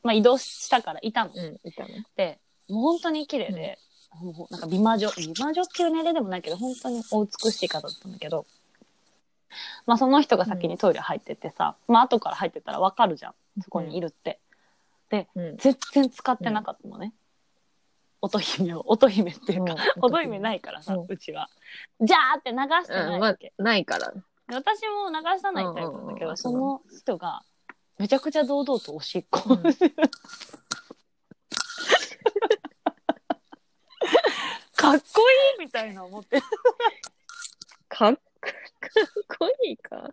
S1: まあ、移動したからいたの
S2: うん、いたね。
S1: でもう本当に綺麗で、もうなんか美魔女美魔女っていう年齢でもないけど本当にお美しい方だったんだけど、まあ、その人が先にトイレ入ってってさ、まあ後から入ってたらわかるじゃんそこにいるって、
S2: うん。。
S1: 全然使ってなかったのね、乙姫を乙姫っていうか、乙姫ないいからさ、
S2: う
S1: うんちは。じゃーって流して
S2: う、
S1: なんい
S2: ま
S1: わ
S2: あ
S1: け。、
S2: ないから。
S1: で私も流さないタイプなんだけ
S2: うんうんう
S1: ど、
S2: ん
S1: その人が、めちゃくちゃ堂々とおしっこ
S2: う
S1: を
S2: ん
S1: かっこいいみたいな思って。
S2: かっこかっこいいか。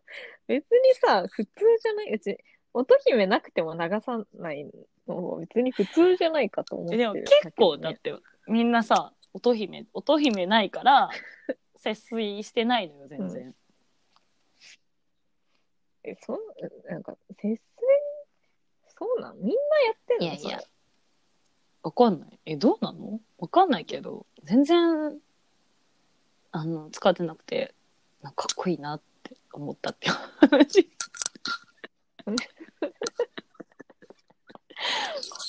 S2: 別にさ、普通じゃないうち、乙姫なくても流さないのも別に普通じゃないかと思ってる
S1: でも
S2: んだけどね。
S1: 結構だって、みんなさ、乙姫、乙姫ない から、節水してないのよ、全然。
S2: え、そう、なんか、節制そうなんみんなやってんの
S1: いやいや。わかんない。え、どうなのわかんないけど、全然、あの、使ってなくて、なんかかっこいいなって思ったっていう話。か
S2: かっ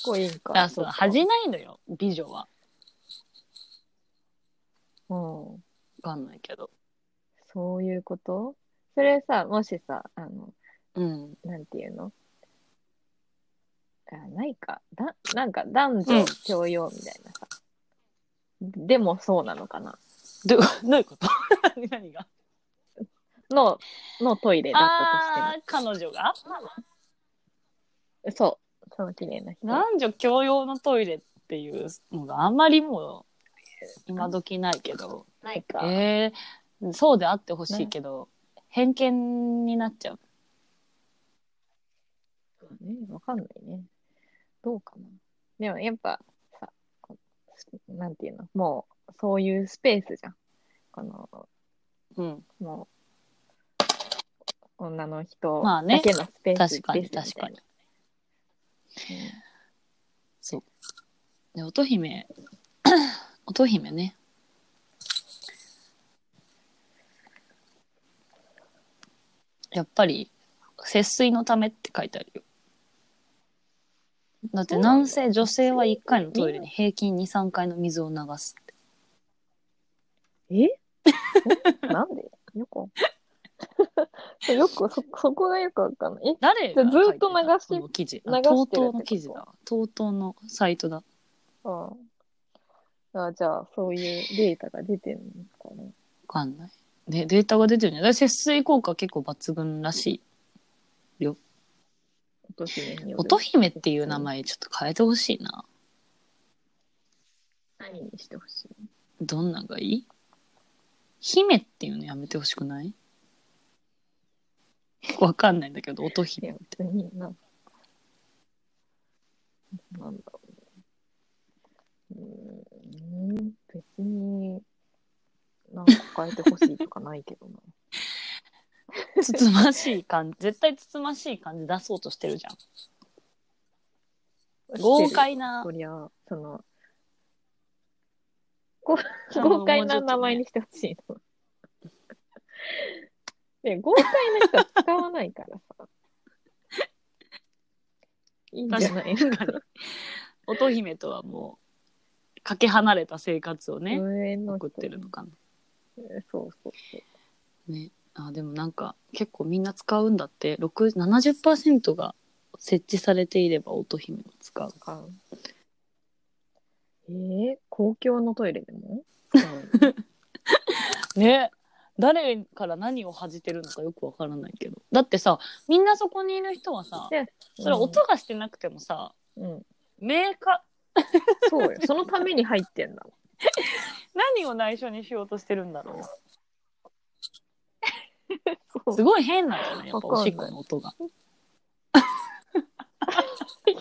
S2: こいいんか。
S1: あ、そう、
S2: う
S1: 恥じないのよ、美女は。
S2: ん。
S1: わかんないけど。
S2: そういうことそれさ、もしさ、あの、
S1: うん。
S2: なんていうのあ、ないか。だ、なんか男
S1: うん
S2: 女共用みたいなさ。でもそうなのかな
S1: どどういうこと 何が
S2: の、のトイレだった
S1: あー彼女が
S2: としても。そう。その綺麗な人。
S1: 男女共用のトイレっていうのがあんまりもう、今時ないけど。
S2: ないか。
S1: えー、そうであってほしいけど、偏見になっちゃう。
S2: ね、わかんないね。どうかな。でもやっぱさ、こうなんていうの、もうそういうスペースじゃん。この、
S1: うん。
S2: もう、女の人
S1: まあね
S2: だけのスペースです
S1: 確かに、確かに。。で乙姫 乙姫ねやっぱり節水のためって書いてあるよだって男性女性は1回のトイレに平均23回の水を流すって
S2: え なんでよくわかん よくそ、そこがよくわかんない。え
S1: 誰
S2: が
S1: が
S2: 書いてた
S1: この記事
S2: 流してる
S1: とうとうの記事だとうとうのサイトだ
S2: うん。あじゃあ、そういうデータが出てるのかな。
S1: わかんない。で、データが出てるね。だから節水効果結構抜群らしい。
S2: 乙姫による
S1: 乙姫っていう名前ちょっと変えてほしいな。
S2: 何にしてほしい
S1: どんなんがいい姫っていうのやめてほしくないわかんないんだけど、乙
S2: い
S1: 姫
S2: や、。別になんかなんだろうね。うーん、別に、なんか変えてほしいとかないけどな。
S1: つつましい感じ。絶対つつましい感じ出そうとしてるじ ゃん。豪快な
S2: そ、りゃ、その、ご
S1: その
S2: 豪快な名前にしてほしいの。 で、豪快な人は使わないからさ。 いいんじゃない
S1: 確かに乙姫とはもう、かけ離れた生活をね、
S2: 上の人
S1: 送ってるのかな。
S2: そうそうそう。
S1: ね、あでもなんか結構みんな使うんだって6 70%が設置されていれば乙姫を使う
S2: あえー、公共のトイレでも
S1: ね誰から何を恥じてるのかよくわからないけどだってさみんなそこにいる人はさ
S2: で
S1: それ音がしてなくてもさ、
S2: うん、
S1: メーカ
S2: そうよ。そのために入ってんだもん。
S1: ー何を内緒にしようとしてるんだろう
S2: そ
S1: すごい変なんだねやっぱ
S2: わ
S1: お
S2: かん
S1: し
S2: ない
S1: っこの音が
S2: う。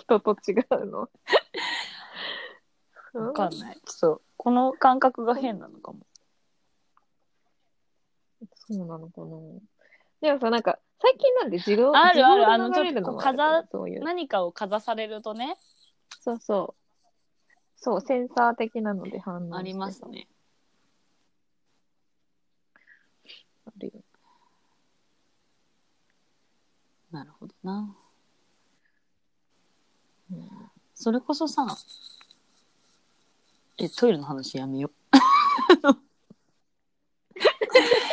S2: 人と違うの。
S1: わかんないそうこの感覚が変なのかも
S2: そうなのかな。でもさ、なんか、最近なんで自動
S1: あるある
S2: 自動で流れるのもあるから
S1: あのちょっ
S2: そういう。
S1: 何かをかざされるとね
S2: そうそう。そう、センサー的なので反応
S1: あります
S2: してた
S1: ね
S2: あるよ
S1: なるほどな
S2: うん
S1: それこそさ、え、トイレの話やめよ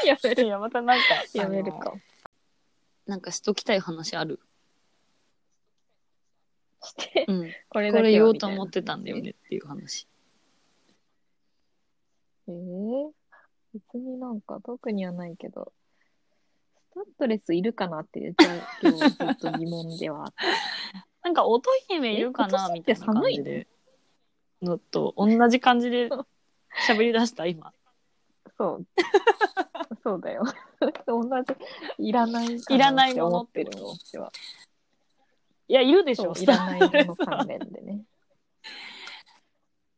S2: やめ
S1: う。
S2: る。
S1: いや、またなんか、
S2: やめるか。
S1: なんかしときたい話ある。
S2: して、
S1: うん。
S2: これ
S1: こ
S2: だ
S1: れ
S2: け
S1: 言お
S2: は
S1: う
S2: み
S1: と
S2: たいな
S1: 思ってたんだよね。っていう話。
S2: えー、別になんか特にはないけど、スタッドレスいるかなっていう状況はずっと疑問ではあ った。
S1: なんか乙姫いるかな
S2: え
S1: みたいな感じ
S2: 今年
S1: で。のと同じ感じ で喋り出した今。
S2: そう。そうだよ。 同じ、いらないか
S1: いらない
S2: って
S1: もの
S2: 思
S1: っ
S2: ってて
S1: こ
S2: る
S1: と
S2: の私は。
S1: いや、いるでし
S2: そ
S1: ょ
S2: う、いらないもの関連でね。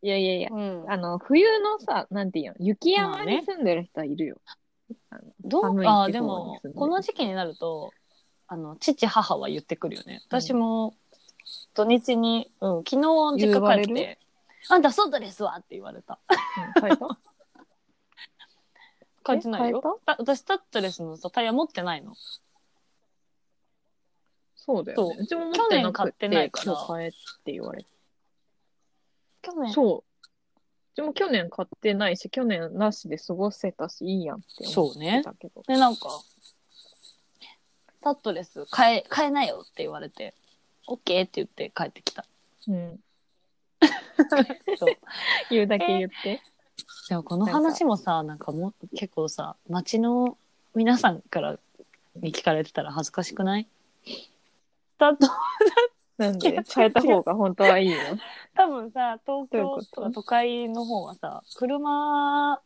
S2: いやいやいや、
S1: うん
S2: あの、冬のさ、なんていうの、雪
S1: まあ
S2: 山
S1: ね
S2: に住んでる人はいるよ。
S1: ど
S2: 寒
S1: う
S2: い
S1: あー
S2: 地
S1: で
S2: 方
S1: も
S2: に住んでる
S1: この時期になるとあの父母は言ってくるよね私も土日に、うん、昨日
S2: 言わ
S1: 実家
S2: れ
S1: 帰っ
S2: る
S1: て「あんた外ですわ」って言われた
S2: うん変えた
S1: 感じない
S2: 変えた
S1: よあ私タッドレスのさタイヤ持ってないの
S2: そうだよ、
S1: そう
S2: ね。うちも持ってな
S1: 去年買
S2: く
S1: って
S2: て、
S1: ないから
S2: 今日買えって言われて。
S1: 去年そ
S2: そう。うちも去年買ってないし、去年なしで過ごせたし、いいやんって思
S1: う
S2: って
S1: ね
S2: たけど。
S1: でなんか「タッドレス変え変えなよ」って言われて「オッケーって言って帰ってきた
S2: うん。
S1: そう
S2: 言うだけ言って。
S1: でもこの話もさなんかもう結構さ街の皆さんからに聞かれてたら恥ずかしくないだと
S2: なん
S1: 違う違
S2: で
S1: う
S2: 変えた方が本当は いいよ。
S1: 多分さ東
S2: どういう
S1: 京
S2: こと
S1: とか都会の方はさ車
S2: あ、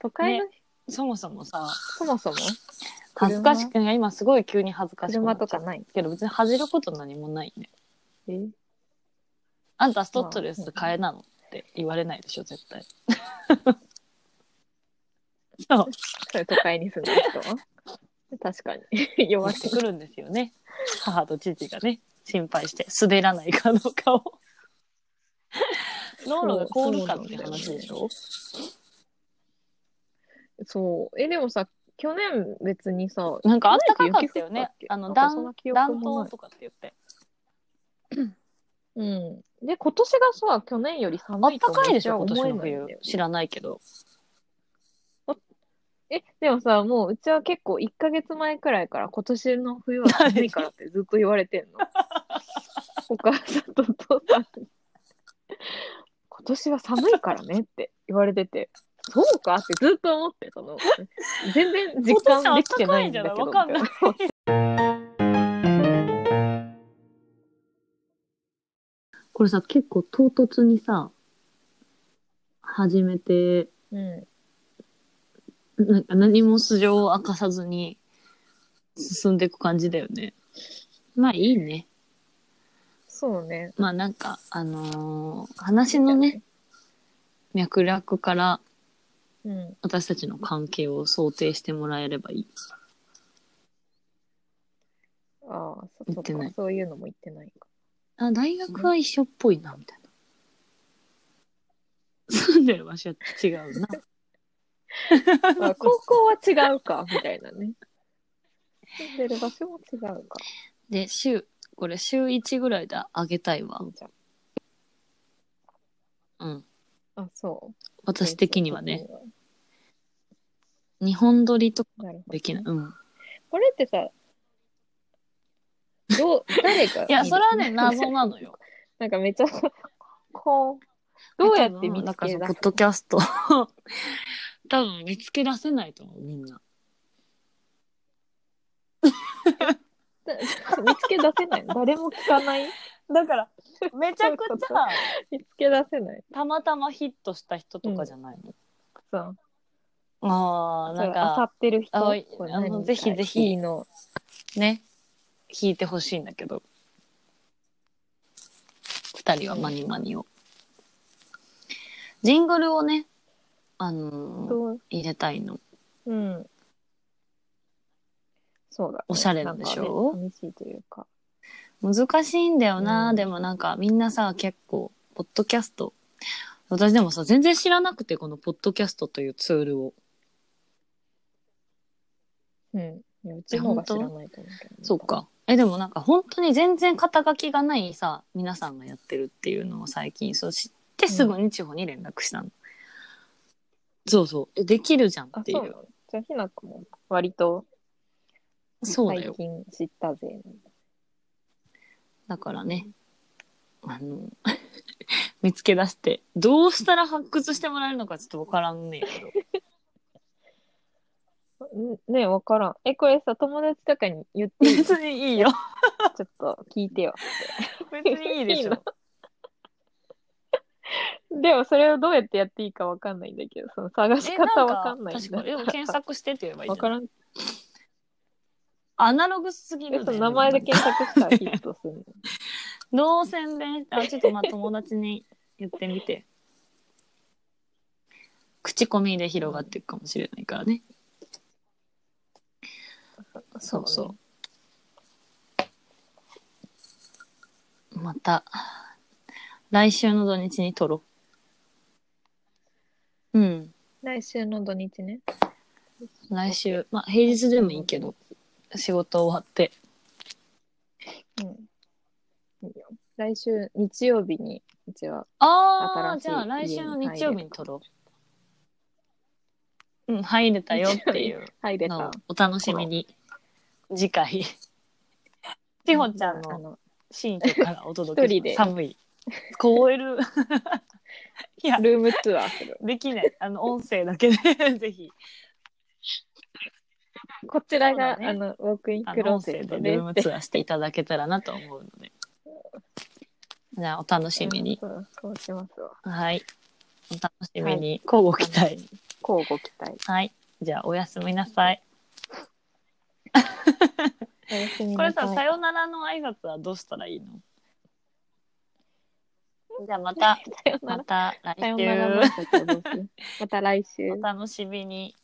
S2: 都会の、
S1: そもそもさ
S2: そもそも
S1: 恥ずかしくない今すごい急に恥ずかしくなっ
S2: 車
S1: ちゃ
S2: と
S1: っ
S2: か
S1: た
S2: ない。
S1: けど別に恥じること何もないね
S2: え
S1: あんたストットレス買えなのって言われないでしょ絶対そう
S2: それ都会に住んでる人 は確かに。
S1: 終
S2: 弱
S1: わ
S2: い
S1: ってくるんですよね母と父がね心配して滑らないかどうかを道路が凍るかっていう話でしょ
S2: そう。え、でもさ、去年別にさ、
S1: なんかあったかかったよね
S2: 去年て雪降っけ。
S1: あの、
S2: なんか
S1: 暖
S2: そんな記憶
S1: 暖
S2: もな
S1: 冬
S2: い
S1: とかって言って。
S2: うん。で、今年がさ、去年より
S1: あっ
S2: 寒い
S1: た
S2: と
S1: かいでしょ、今
S2: めっち
S1: 年
S2: ゃ思え
S1: の
S2: ないんだ
S1: 冬
S2: よ。
S1: 知らないけど。
S2: え、でもさ、もううちは結構1ヶ月前くらいから今年の冬は寒いからってずっと言われて んの。お母さんとお父さんに。今年は寒いからねって言われてて、そうかってずっと思って、その、全然実感できてないんだけど。
S1: 今年あったかいじゃないわ
S2: みたいな
S1: これさ、結構唐突にさ、始めて、
S2: うん。
S1: なんか何も素性を明かさずに進んでいく感じだよね。まあいいね。
S2: そうね。
S1: まあなんか、あのー話のね、脈絡から
S2: うん。
S1: 私たちの関係を想定してもらえればいい。
S2: ああ、そ
S1: 言っ
S2: そって
S1: ない
S2: か、そういうのも言ってないか。
S1: あ、大学は一緒っぽいな、みたいな。住んでる場所は違うな。
S2: あ高校は違うか、みたいなね。住んでる場所も違うか。
S1: で、週、これ週1ぐらいであげたいわ
S2: い。いじゃん。
S1: うん。
S2: あ、そう。
S1: 私的にはね。。日本撮りとか
S2: なるほど。
S1: できない。うん。
S2: これってさ、 どう、誰が
S1: いや、それはね、謎なのよ。
S2: なんかめっちゃ、こう、どうやって見
S1: 多分
S2: つけ
S1: なんかそ
S2: 出
S1: の
S2: す
S1: ポッドキャスト 多分見つけ出せないと思う、みんな。
S2: 見つけ出せない誰も聞かない
S1: だから、めちゃくちゃ、
S2: 見つけ出せない。
S1: たまたまヒットした人とかじゃないの、
S2: そう。
S1: ああ、なん
S2: 当た
S1: か、
S2: ってる人、
S1: あい
S2: これ
S1: あの
S2: 何
S1: ぜひぜひ
S2: いいの。
S1: ね、聞いてほしいんだけど。二人はマニマニを。ジングルをね、あのー
S2: どう
S1: 入れたいの。
S2: うん。そうだ、ね。
S1: おしゃれなんでしょ
S2: なんかね寂しいというか。
S1: 難しいんだよな、
S2: うん
S1: でもなんかみんなさ結構ポッドキャスト私でもさ全然知らなくてこのポッドキャストというツールを
S2: うん。いやうちの方が知らないと思うけど、
S1: そう。かえでもなんか本当に全然肩書きがないさ皆さんがやってるっていうのを最近そう知ってすぐに地方に連絡したの、そうそうえできるじゃん
S2: あ
S1: っ、てい
S2: そう
S1: う
S2: なのじゃあ、ひなくも割と
S1: そうだ
S2: 最
S1: よ
S2: 近知ったぜ。
S1: だからねあの 見つけ出してどうしたら発掘してもらえるのかちょっと分からんねえけど
S2: んねえ、わからん。え、これさ、友達とかに言ってい いち
S1: 別にいいよ
S2: ょっと聞いてよ。
S1: 別にいいでしょ
S2: いいのでも、それをどうやってやっていいかわかんないんだけど、その探し
S1: え
S2: 方わかんないんだ
S1: 確かに。でも検索してって言えばいい
S2: わ
S1: じゃ
S2: か
S1: ん。
S2: らん。え、
S1: アナログすぎるんだ
S2: そ
S1: よ
S2: の
S1: ね
S2: 名前で検索したらヒットするの。
S1: どう宣伝して、あ、ちょっとまあ友達に言ってみ て。口コミで広がっていくかもしれないからね。 そうそう。また、来週の土日に撮ろう。うん。
S2: 来週の土日ね。
S1: 来週、まあ平日でもいいけど、仕事終わって。
S2: うん。いいよ来週日曜日に、うちは。
S1: ああ、
S2: 新しい
S1: じゃあ来週の日曜日に撮ろう。うん、入れたよっていう
S2: 入れ
S1: のを
S2: た。
S1: お楽しみに。次回。ちほちゃん
S2: あ
S1: の
S2: の、
S1: 新居からお届け
S2: 一人で
S1: 寒い。凍える。 いや、
S2: ルームツアーする。
S1: できない。あの、音声だけで、 ぜひ、
S2: こちらが、
S1: そうだ
S2: あ
S1: ね
S2: の、ウォークイン
S1: あ
S2: ク
S1: の、
S2: ロ
S1: 音
S2: ーゼ
S1: 声
S2: ット
S1: で
S2: で
S1: ルームツアーしていただけたらなと思うので。じゃあ、お楽しみに。
S2: うんそうそうしますわ。
S1: はい。お楽しみに。乞うご期待。
S2: 交互期待。
S1: はい。じゃあ、おやすみなさい。
S2: おやすみ
S1: これ
S2: なさ
S1: さ、
S2: い
S1: さよならの挨拶はどうしたらいいのじゃあまた、
S2: さよ
S1: ま
S2: なら。
S1: た来
S2: さよならの挨
S1: 週
S2: 拶をどうする。また来週。
S1: お楽しみに。